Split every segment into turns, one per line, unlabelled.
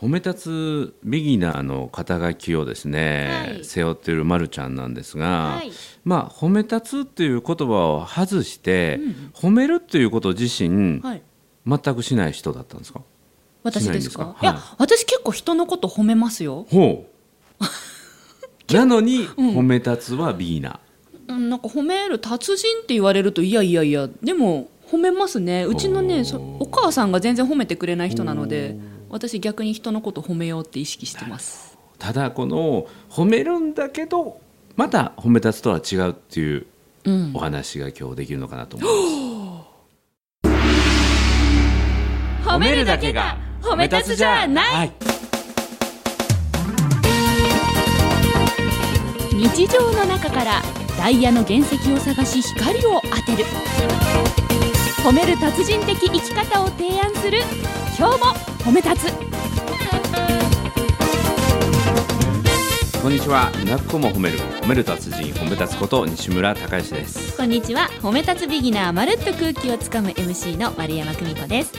褒め立つビギナーの肩書きをですね、
はい
背負ってるまるちゃんなんですが、
はい
まあ褒め立つっていう言葉を外して、褒めるっていうこと自身、
はい
全くしない人だったんですかし
私
ないん
で
ですすか
か
はい
いや私結構人のこと褒めますよ
ほうなのに、褒め立つはビギナー
うんなんか褒める達人って言われるといやいやいやでも褒めますねうちの
お
ね
ー
そお母さんが全然褒めてくれない人なので私逆に人のこと褒めようって意識してます
ただこの褒めるんだけどまた褒め立つとは違うっていう
うん
お話が今日できるのかなと思います、はい
日常の中からダイヤの原石を探し光を当てる褒める達人的生き方を提案する今日も褒め立つ
こんにちは泣く子も褒める褒める達人褒め立つこと西村孝之です
こんにちは褒め立つビギナーまるっと空気をつかむ MC の丸山久美子です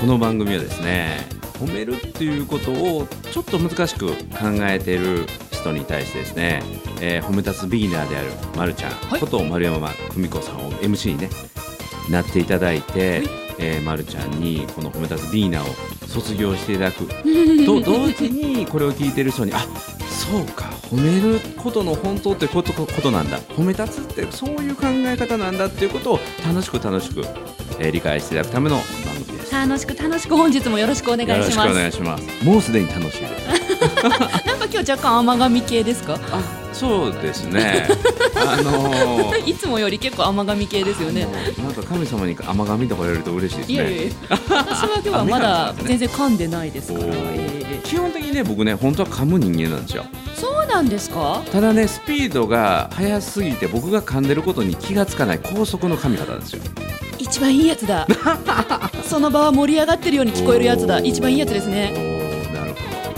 この番組はですね褒めるっていうことをちょっと難しく考えている人に対してですね、えー褒め立つビギナーであるまるちゃん、
い
こと丸山久美子さんを MC にねなっていただいて、
はい
えーまるちゃんにこの褒め立つビギナーを卒業していただ くと同時にこれを聞いてる人にあそうか褒めることの本当ってことことなんだ褒め立つってそういう考え方なんだっていうことを楽しく楽しく、えー理解していただくための番組です。
楽しく楽しく本日もよろしくお願いしま
よろし
す
くお願いします。もうすでに楽しいです。
なんか今日若干甘噛み系ですか
あ、そうです ね。あのー。
いつもより結構甘噛み系ですよね
あのなんか神様に甘噛みとか言われると嬉しいですね。
いやいやいや私は今日はまだ
あ目なんですね
全然噛んでないですから、
おー
ええ
基本的にね僕ね本当は噛む人間なんですよ
そうなんですか
ただねスピードが速すぎて僕が噛んでることに気がつかない高速の噛み方なんですよ
一番いいやつだ その場は盛り上がってるように聞こえるやつだ一番いいやつですね
おーなるほど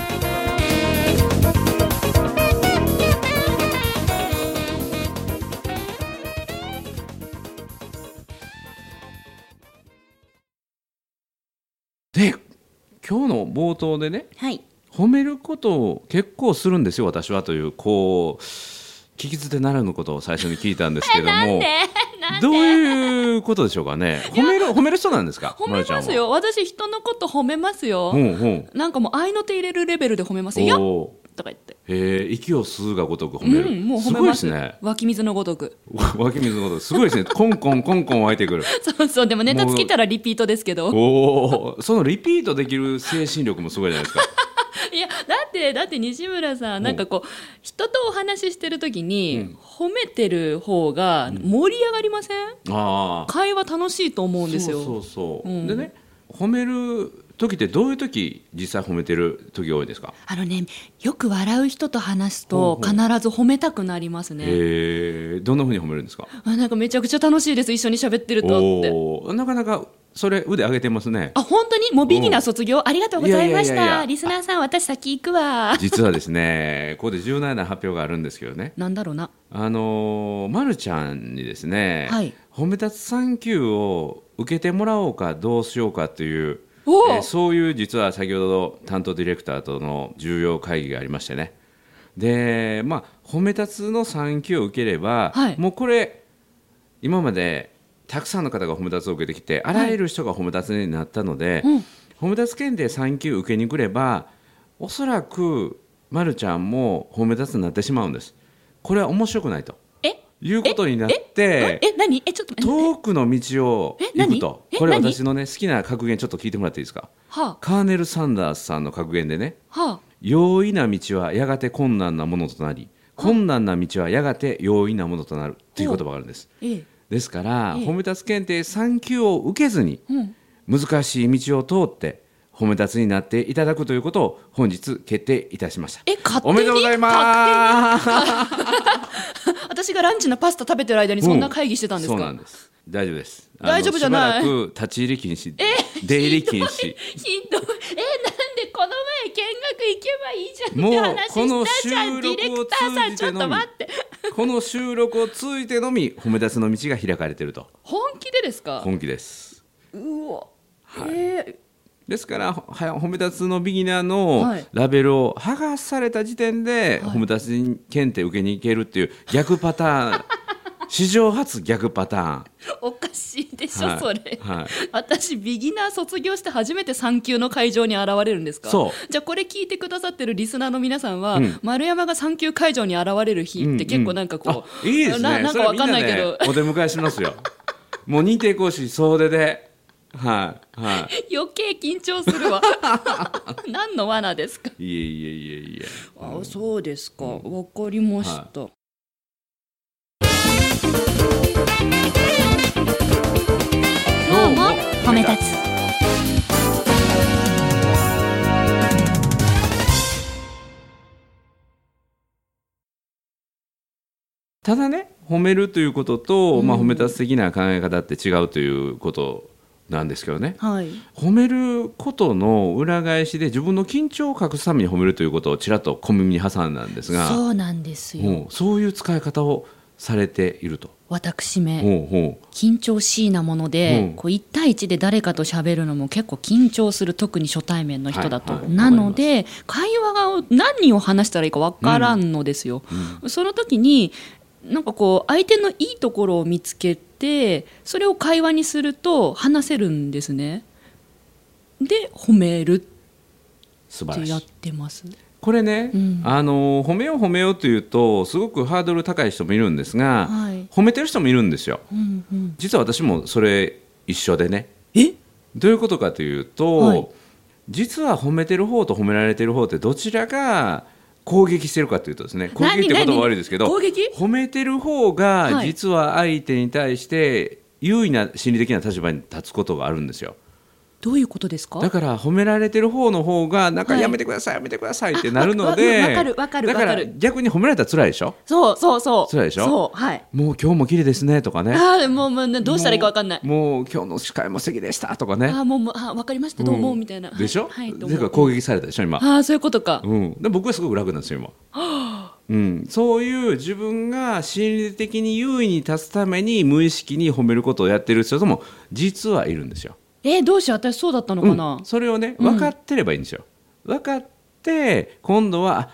で今日の冒頭でね
はい
褒めることを結構するんですよ私はというこう聞き捨てならぬことを最初に聞いたんです けどもどういうことでしょうかね褒める褒める人なんですか
褒め
るちゃ
ま
ん
す
は
よ私人のこと褒めますよ、
うんうん
なんかもう合いの手入れるレベルで褒めますよよっ
おー
とか言って
へえ息を吸うがごとく褒める、
うん、もう
す
褒
ご
め
いで
ます
すね
湧き水のごとく
湧き水のことすごいですねコンコンコンコン湧いてくる
そうそうでもネタ尽きたらリピートですけど
おおそのリピートできる精神力もすごいじゃない ですか
いやだってだって西村さんなんかこう人とお話ししてる時に褒めてる方が盛り上がりません、
ああ
会話楽しいと思うんですよ
そうそうそう、
うん
でね褒める時ってどういう時実際褒めてる時が多いですか、
あのねよく笑う人と話す
ほ
と
うほ
必
う
ず褒めたくなりますね
へえどんな風に褒めるんですか
あなんかめちゃくちゃ楽しいです一緒に喋ってるとって
おーなかなかそれ腕上げてますね
あ本当にもうビギナー卒業ありがとうございました
いやいやいやいや
リスナーさん私先行くわ
実はですねここで重大な発表があるんですけどね
なんだろうな
あのーま、るちゃんにですね、
はい
褒め立つ産休を受けてもらおうかどうしようかという、
おお
えーそういう実は先ほど担当ディレクターとの重要会議がありましてねで、まあ、褒め立つの産休を受ければ、
はい
もうこれ今までたくさんの方が褒め立つを受けてきてあらゆる人が褒め立つになったので、
うん
褒め立つ検定3級受けに来ればおそらく、ま、るちゃんも褒め立つになってしまうんですこれは面白くないと
え
いうことになっ
え
て
何えちょっと待って
遠くの道を
え
行
何
くと
え
これ
何
私のね好きな格言ちょっと聞いてもらっていいですか
は
カーネル・サンダースさんの格言でね
あはあ
容易な道はやがて困難なものとなり困難な道はやがて容易なものとなるという言葉があるんです
ええ
ですから
ええ
褒め立つ検定3級を受けずに
うん
難しい道を通って褒め立つになっていただくということを本日決定いたしました
え勝手
お
に
めでとうございます
私がランチのパスタ食べてる間にそんな会議してたんですか、
そうなんです大丈夫ですあの
大丈夫じゃない
しばらく立ち入り禁止出入り禁止
ひどいえなんでこの前見学行けばいいじゃん
もう
って話したじゃん
この収
デ
録を
ィレクターさ
通
ん
じ
ち
て
ょっ
のみ
と待って
この収録を通じてのみ褒め立つの道が開かれていると
本気でですか
本気です
うわ、えー
ですからは褒め立つのビギナーの
はい
ラベルを剥がされた時点で、
はい
褒め立つ検定受けに行けるっていう逆パタ ーン史上初逆パターン
おかしいでしょ、
はい
それ、
はい
私ビギナー卒業して初めて産級の会場に現れるんですか
そ
じゃあこれ聞いてくださってるリスナーの皆さんは、
うん
丸山が産級会場に現れる日って結構なんかこう、
あいいですね
ななんかわかんないけど
そ、れみなねお出迎えしますよもう認定講師総出ではいは
余計緊張す るわ何の罠ですか
いいえいえいえいえ
あそうですかわかりました、
今日も褒め立つ
ただね褒めるということと、まあ、
うん
褒め立つ的な考え方って違うということなんですけどね
はい
褒めることの裏返しで自分の緊張を隠すために褒めるということをちらっと小耳に挟んだんですが
そうなんですよ、
もうそういう使い方をされていると。
私め、
ほうほう
緊張しいなもので、
うん
こう1対1で誰かと喋るのも結構緊張する特に初対面の人だと、
はいはい
なので会話が何人を話したらいいか分からんのですよ、その時になんかこう相手のいいところを見つけてそれを会話にすると話せるんですねで褒めるっ
素晴
て
らし
やっ
い
てます
これね、
うん
あの褒めよう褒めようというとすごくハードル高い人もいるんですが、
はい
褒めてる人もいるんですよ
うんうん、
実は私もそれ一緒でね
え
どういうことかというと、
はい
実は褒めてる方と褒められてる方ってどちらが攻撃してるかというとですね攻撃っ
何
て言葉
何
は悪いですけど
攻撃
褒めてる方が
はい
実は相手に対して優位な心理的な立場に立つことがあるんですよ
どういうことですか
だから褒められてる方の方がなんか
はい
やめてください、やめてくださいってなるので
あわわわかるわかる
だから
わかる
逆に褒められたら辛いでしょ
そうそうそう
そうでしょ
そうはい
もう今日も綺麗ですねとかね
あーもうもうねどうしたらいいか分かんない
もうもう今日の司会も素敵でしたとかね
あーもうもうあーわかりましたどうも、
ん
みたいな
でしょ、
はい、はいどう
だか
も
ら攻撃されたでしょ今
ああそういうことか、
うん、で僕はすごく楽なんですよ今、 うん、そういう自分が心理的に優位に立つために無意識に褒めることをやってる人も実はいるんですよ、
えーどうしよう私そうだったのかな、
うんそれをね
うん
分かってればいいんですよ、分かって今度はあ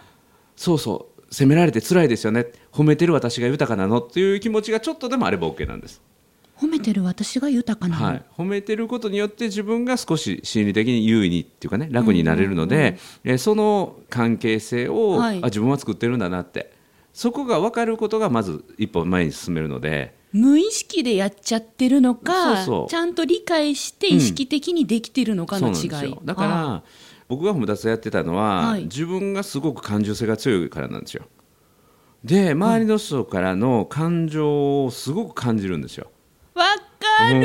そうそう責められて辛いですよね褒めてる私が豊かなのっていう気持ちがちょっとでもあれば OK なんです、
褒めてる私が豊かなの、
はい、褒めてることによって自分が少し心理的に優位にっていうかね楽になれるので、えーその関係性を、
はい
あ自分は作ってるんだなってそこが分かることがまず一歩前に進めるので
無意識でやっちゃってるのか
そうそう
ちゃんと理解して意識的にできてるのか
そう
の
なん
違
で
い、
すよだから僕が褒め立つやってたのは、
はい
自分がすごく感受性が強いからなんですよで周りの人からの感情をすごく感じるんですよ、
わか
う
る、
ん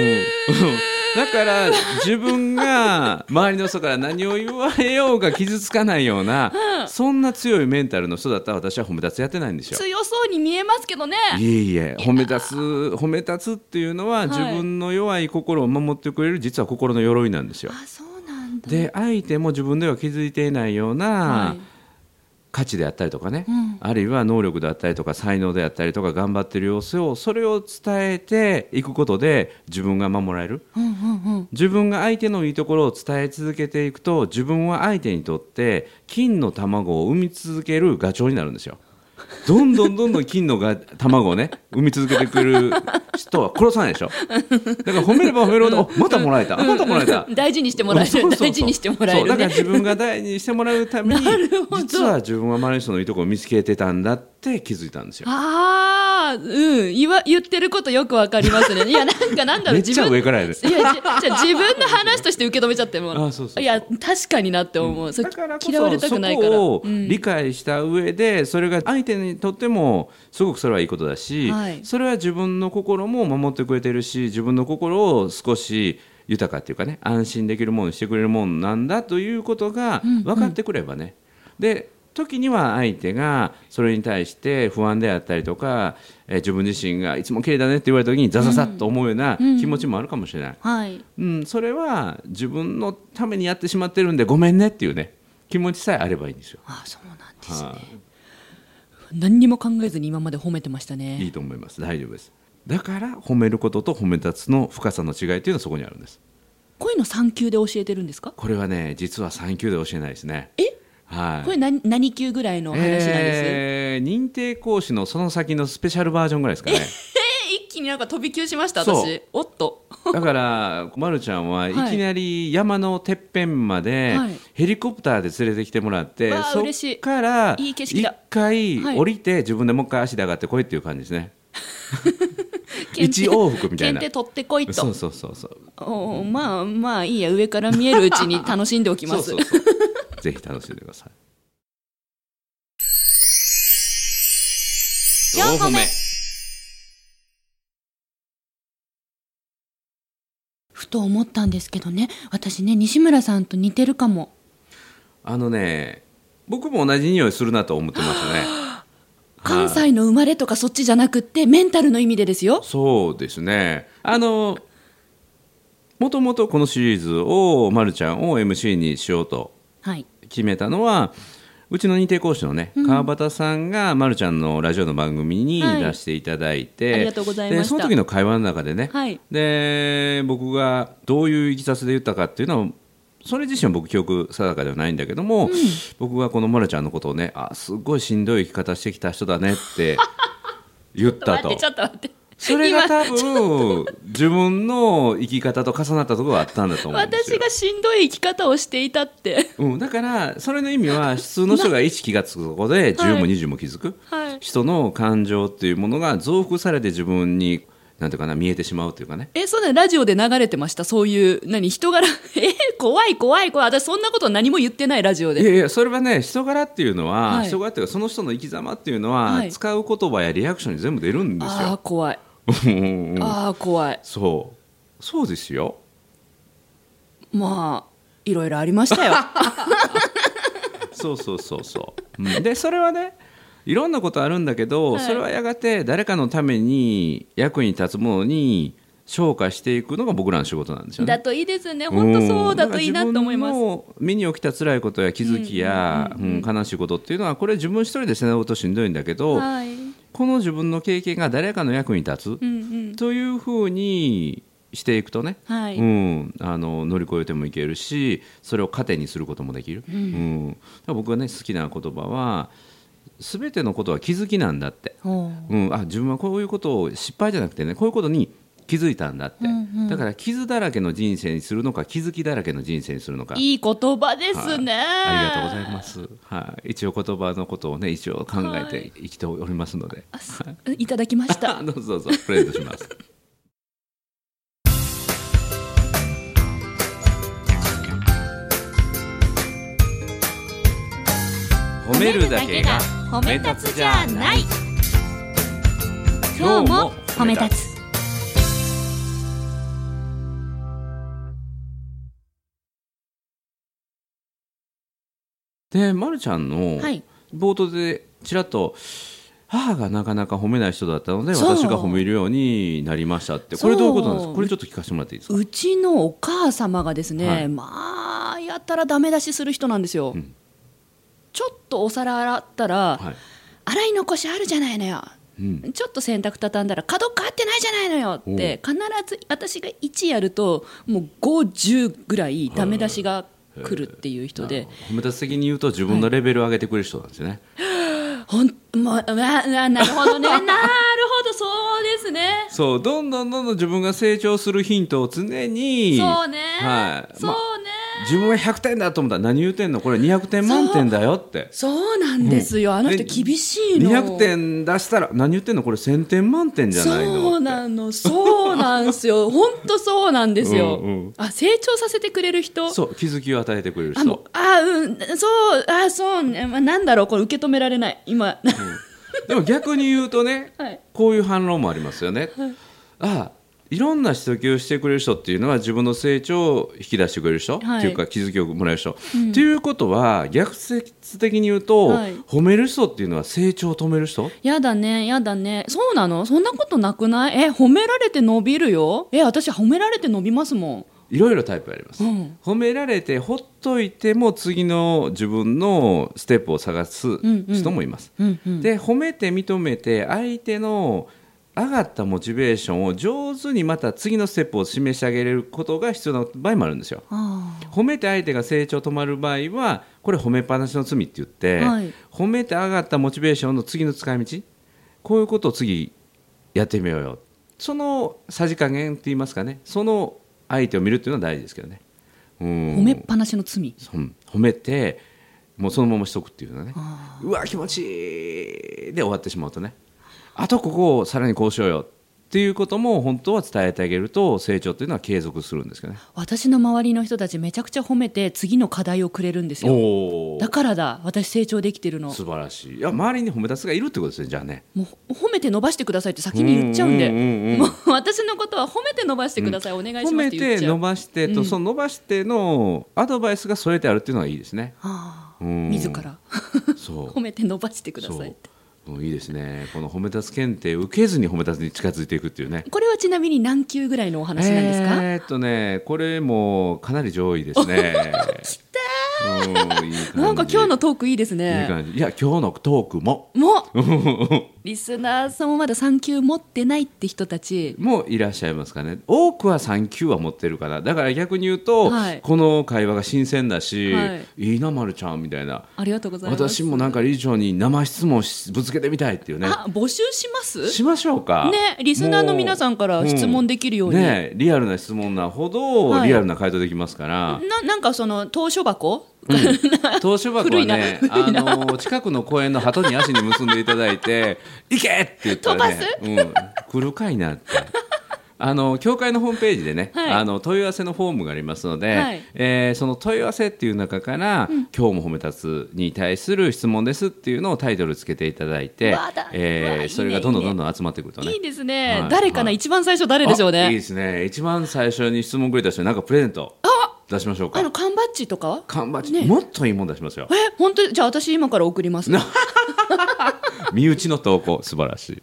だから自分が周りの人から何を言われようが傷つかないような、そんな強いメンタルの人だったら私は褒め立つやってないんですよ。
強そうに見えますけどね
いえいえ褒め立つ褒め立つっていうのは、
い
自分の弱い心を守ってくれる実は心の鎧なんですよ。
あそうなんだ
で相手も自分では気づいていないような
はい
価値であったりとかね、
うん
あるいは能力であったりとか才能であったりとか頑張ってる様子をそれを伝えていくことで自分が守られる。
うんうんうん
自分が相手のいいところを伝え続けていくと自分は相手にとって金の卵を産み続けるガチョウになるんですよ。どんどんどんどん金のが卵をね産み続けてくる人は殺さないでしょだから褒めれば褒めるほどおまたもらえたあまたもらえた
大事にしてもらえ る
そうそうそう
大事にしてもらえ
そう
る
だから
ね
自分が大事にしてもらうために
なるほど
実は自分は周りの人のいいところを見つけてたんだって気づいたんですよ
ああ、うん、言わ、言ってることよくわかりま すね。いや、なんか、なんだろう、
めっちゃ上からやで
いや、じゃ、じゃ自分の話として受け止めちゃっても。
あそうそうそう
や、確かになって思う。それ
だからこ
嫌われ
そ
た
そ
くないから。
こを
うん
理解した上で、それが相手にとってもすごくそれはいいことだし、
はい
それは自分の心も守ってくれてるし自分の心を少し豊かっていうかね安心できるものにしてくれるもんなんだということが
うんうん
分かってくればね、で時には相手がそれに対して不安であったりとか、えー自分自身がいつも綺麗だねって言われた時にザザザッと思うような
うん
気持ちもあるかもしれない。
はい。
うん、それは自分のためにやってしまってるんでごめんねっていうね気持ちさえあればいいんですよ。
あ、そうなんですね。
は
何にも考えずに今まで褒めてました
い、い
ね。
いと思います大丈夫ですだから褒めることと褒め立つの深さの違いっていうのはそこにあるんです。
こういうの3級で教えてるんですか
これはね実は3級で教えないですね
え
はい
これ何何級ぐらいの話なんです、え
えー認定講師のその先のスペシャルバージョンぐらいですかね
ー一気になんか飛び級しました
そう
私おっと
だから、ま、るちゃんはい
はい
きなり山のてっぺんまで
はい
ヘリコプターで連れてきてもらって、
わあ
そ
嬉しい
っから
いい景色
一
だ
回
はい
降りて自分でもう一回足で上がってこいっていう感じですね、
検定
一往復みたいな
検定取ってこいと
そうそうそうそう
おまあまあいいや上から見えるうちに楽しんでおきます
そうそうそうぜひ楽しんでください
四歩目
ふと思ったんですけどね私ね西村さんと似てるかも
あのね僕も同じ匂いするなと思ってましたね
関西の生まれとかそっちじゃなくってメンタルの意味でですよ
そうですね。あの、もともとこのシリーズを、ま、るちゃんを MC にしようと
はい
決めたのは、うちの認定講師のね、川端さんが、ま、るちゃんのラジオの番組に
はい
出していただいて、
ありがとうございました
でその時の会話の中でね、
はい
で僕がどういういきさつで言ったかっていうのはそれ自身は僕記憶定かではないんだけども、僕がこのまるちゃんのことをねあすごいしんどい生き方してきた人だねって 言ったと
待ってちょっと待って
それが
今
多分自分の生き方と重なったところがあったんだと思うんです
私
よ。
がしんどい生き方をしていたって
うん、だからそれの意味は普通の人が1気がつくとこで10も20も気づく、
はい
人の感情っていうものが増幅されて自分になんていうかな見えてしまうというかね
えそんなラジオで流れてましたそういう何人柄 え怖い怖い怖い私そんなこと何も言ってないラジオ
い
で
やいやそれはね人柄っていうのは、
はい
人柄っていうかその人の生き様っていうのは、
はい
使う言葉やリアクションに全部出るんで
ああ怖い
すよ。 うんうんうん
ああ怖い
そうそうですよ
まあいろいろあり ましたよ
そうそうそうそう。うんでそれはねいろんなことあるんだけど、
はい
それはやがて誰かのために役に立つものに昇華していくのが僕らの仕事なんですよね。
だといいですね本当そうだといいなと思いま
うん
す
だから自分の目に起きた辛いことや気づきや、うん悲しいことっていうのはこれ自分一人で背負うとしんどいんだけど、
はい
この自分の経験が誰かの役に立つ
うんうん
というふうにしていくとね、
はい、
うん、あの乗り越えてもいけるしそれを糧にすることもできる、うんだから僕がね好きな言葉は「全てのことは気づきなんだ」って、
おう
うん、あ自分はこういうことを失敗じゃなくてねこういうことに気づいたんだって、だから傷だらけの人生にするのか気づきだらけの人生にするのか。
いい言葉ですね、
ありがとうございます。はい、一応言葉のことをね、一応考えて生きておりますので。
すいただきまし た
どうぞどうぞ、プレゼントします。褒めるだけが
褒
め立つじゃない
今日も褒め立
つ。
つ
で、まるちゃんの
はい
冒頭でちらっと。母がなかなか褒めない人だったので
そう
私が褒めるようになりましたってこれどういうことなんですかこれちょっと聞かせてもらっていいですか
うちのお母様がですね、
はい
まあやったらダメ出しする人なんですよ、
うん
ちょっとお皿洗ったら、
はい、
洗い残しあるじゃないのよ
うん、
ちょっと洗濯畳んだら角変わってないじゃないのよって必ず私が1やるともう50ぐらいダメ出しが来るっていう人で
褒め立つ的に言うと自分のレベルを上げてくれる人なんですよね、
ほん、まあ、なななる ほどねなるほどそうですね
そうどんどんどんどん自分が成長するヒントを常に
そうね、
はい
そう
ま
ね
あ、自分は100点だと思ったら何言うてんのこれ200点満点だよって
そうなんですよ、あの人
え
厳しいの
200点出したら何言ってんのこれ1000点満点じゃないのって
そうなのそうなんで すよ本当そうなんですよ、
うんうん
あ成長させてくれる人
そう気づきを与えてくれる
あも
人
うあうんそうあそうね、まあ、なんだろうこれ受け止められない今、
でも逆に言うとね
はい
こういう反論もありますよね、ああいろんな指摘をしてくれる人っていうのは自分の成長を引き出してくれる人、
はい
っていうか気づきをもらえる人、っていうことは逆説的に言うと、
はい
褒める人っていうのは成長を止める人
やだねやだねそうなのそんなことなくないえ褒められて伸びるよえ私褒められて伸びますも
いろいろタイプあります、
うん
褒められてほっといても次の自分のステップを探す
んうん
人もいます、
んうんうん
で褒めて認めて相手の上がったモチベーションを上手にまた次のステップを示してあげれることが必要な場合もあるんですよ。
あ
褒めて相手が成長止まる場合はこれ褒めっぱなしの罪って言って、
はい
褒めて上がったモチベーションの次の使い道こういうことを次やってみようよそのさじ加減って言いますかねその相手を見るっていうのは大事ですけどね。うん
ー褒めっぱなしの罪
うん褒めてもうそのまましとくっていうのはね
あ
うわ気持ちいいで終わってしまうとねあとここをさらにこうしようよっていうことも本当は伝えてあげると成長っていうのは継続するんですけどね。
私の周りの人たちめちゃくちゃ褒めて次の課題をくれるんですよ
おー
だからだ私成長できてるの
素晴らしいいや周りに褒めたすがいるってことですねじゃあね
もう褒めて伸ばしてくださいって先に言っちゃうんで
うんうんうんうん
もう私のことは褒めて伸ばしてください、お願いし
褒
ますっ
め
て言ってちゃう
伸ばしてと、
うん
その伸ばしてのアドバイスが添えてあるっていうのがいいですね
ああ
うん
自ら
そう
褒めて伸ばしてくださいって
そううんいいですねこの褒めたす検定受けずに褒めたすに近づいていくっていうね
これはちなみに何級ぐらいのお話なんですか、
えーっとねこれもかなり上位です ねきた
なんか今日のトークいいです
いい
ね
感じいや今日のトークも
もう リスナーさんもまだ3級持ってないって人たち
もういらっしゃいますかね多くは3級は持ってるからだから逆に言うと、
はい
この会話が新鮮だし、、
はい
いな丸ちゃんみたいな
ありがとうございます
私もなんか理事長に生質問しぶつけてみたいっていうね
あ募集します
しましょうか
ねリスナーの皆さんから質問できるように
んねリアルな質問なほど
はい
リアルな回答できますから、
ななんかその投書箱、
投資箱はね
古
あ
いな
の近くの公園の鳩に足に結んでいただい て「行け!」って言ったらね「うん、来るかいな」って。あの教会のホームページでね、
はい
あの問い合わせのフォームがありますので、
はい
えーその問い合わせっていう中から、今日も褒め立つ」に対する質問ですっていうのをタイトルつけていただいて
わあだ、わあいい
えー
ね
それがどんどんどんどん集まってくるとね
いいですね、
はい
誰かな、
はい
一番最初誰でしょう
あいい
ね
ですね一番最初に質問くれた人になんかプレゼント出しましょう
あの
か
缶バッジとかは
缶バッジ、
ね
もっといいもん出しますよ
え本当じゃあ私今から送ります
な身内の投稿素晴らしい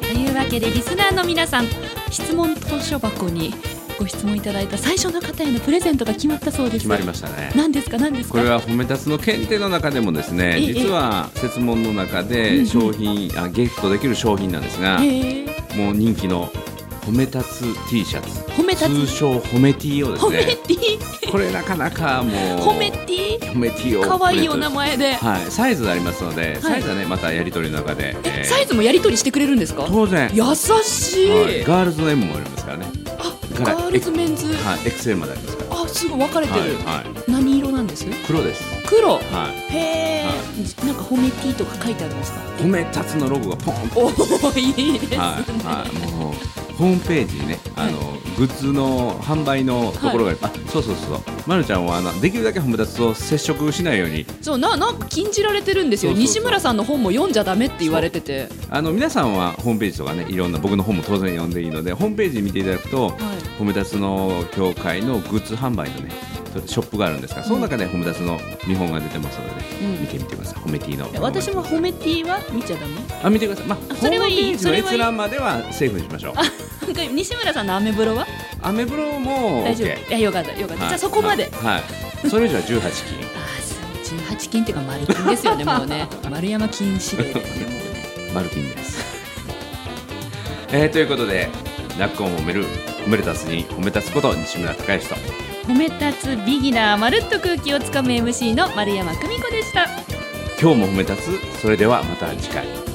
というわけでリスナーの皆さん質問投書箱にご質問いただいた最初の方へのプレゼントが決まったそうです
決まりましたね
何ですか何です
これ
か
は褒め立つの検定の中でもですね
ええ
実は設問の中で商品あゲットできる商品なんですが
えー、
もう人気の褒め立つ T シャツ
褒めたつ
通称褒め T をです
褒め
ね
ティ
これなかなかもう
褒めティ
褒め T を
可愛いお
プレゼント
名前で、
はいサイズありますのでサイズはねまたやり取りの中でえ
え
ー
サイズもやり取りしてくれるんですか
当然
優しい、
はいガールズの M もありますからね
あ
から
ガールズメンズ、
はい XL までありますか
あすごい分かれ
ら
てる、
はいはい
何色なんです
黒です
黒
はい
へえ、なんか褒め T とか書いてあるんですか
褒め立つのロゴがポン
おおいいですね、
はいはい、もうホームページにね、あの、グッズの販売のところが、あそうそうそうそう、ま、るちゃんはあのできるだけ褒め立つと接触しないように、
そうななんか禁じられてるんですよ
そうそうそう
西村さんの本も読んじゃダメって言われてて
あの皆さんはホームページとかね、いろんな僕の本も当然読んでいいので、ホームページ見ていただくと、褒め立つの協会のグッズ販売のね、ショップがあるんですが、その中で褒め立つの見本が出てますので、ね
うん
見てみてください、褒めティーの。
私も褒め T は見ちゃダメ
あ見てください、まあ、
あそれはいい
ホームページの
それはいい
閲覧まではセーフにしましょう。
なんか西村さんのアメブロは
アメブロも
大丈夫、
OK
いやよかったよかった、
はい
じゃあそこまで、
はい、はいそれ以上は18金。
ああすごい18金っていうか丸金ですよねもう ね丸山金指令でもうね
マルピンです。えーということで、ラッコを褒める、褒めたつに褒めたつこと西村孝之と。
褒め立つビギナーまるっと空気をつかむ MC の丸山久美子でした
今日も褒めたつ、それではまた次回。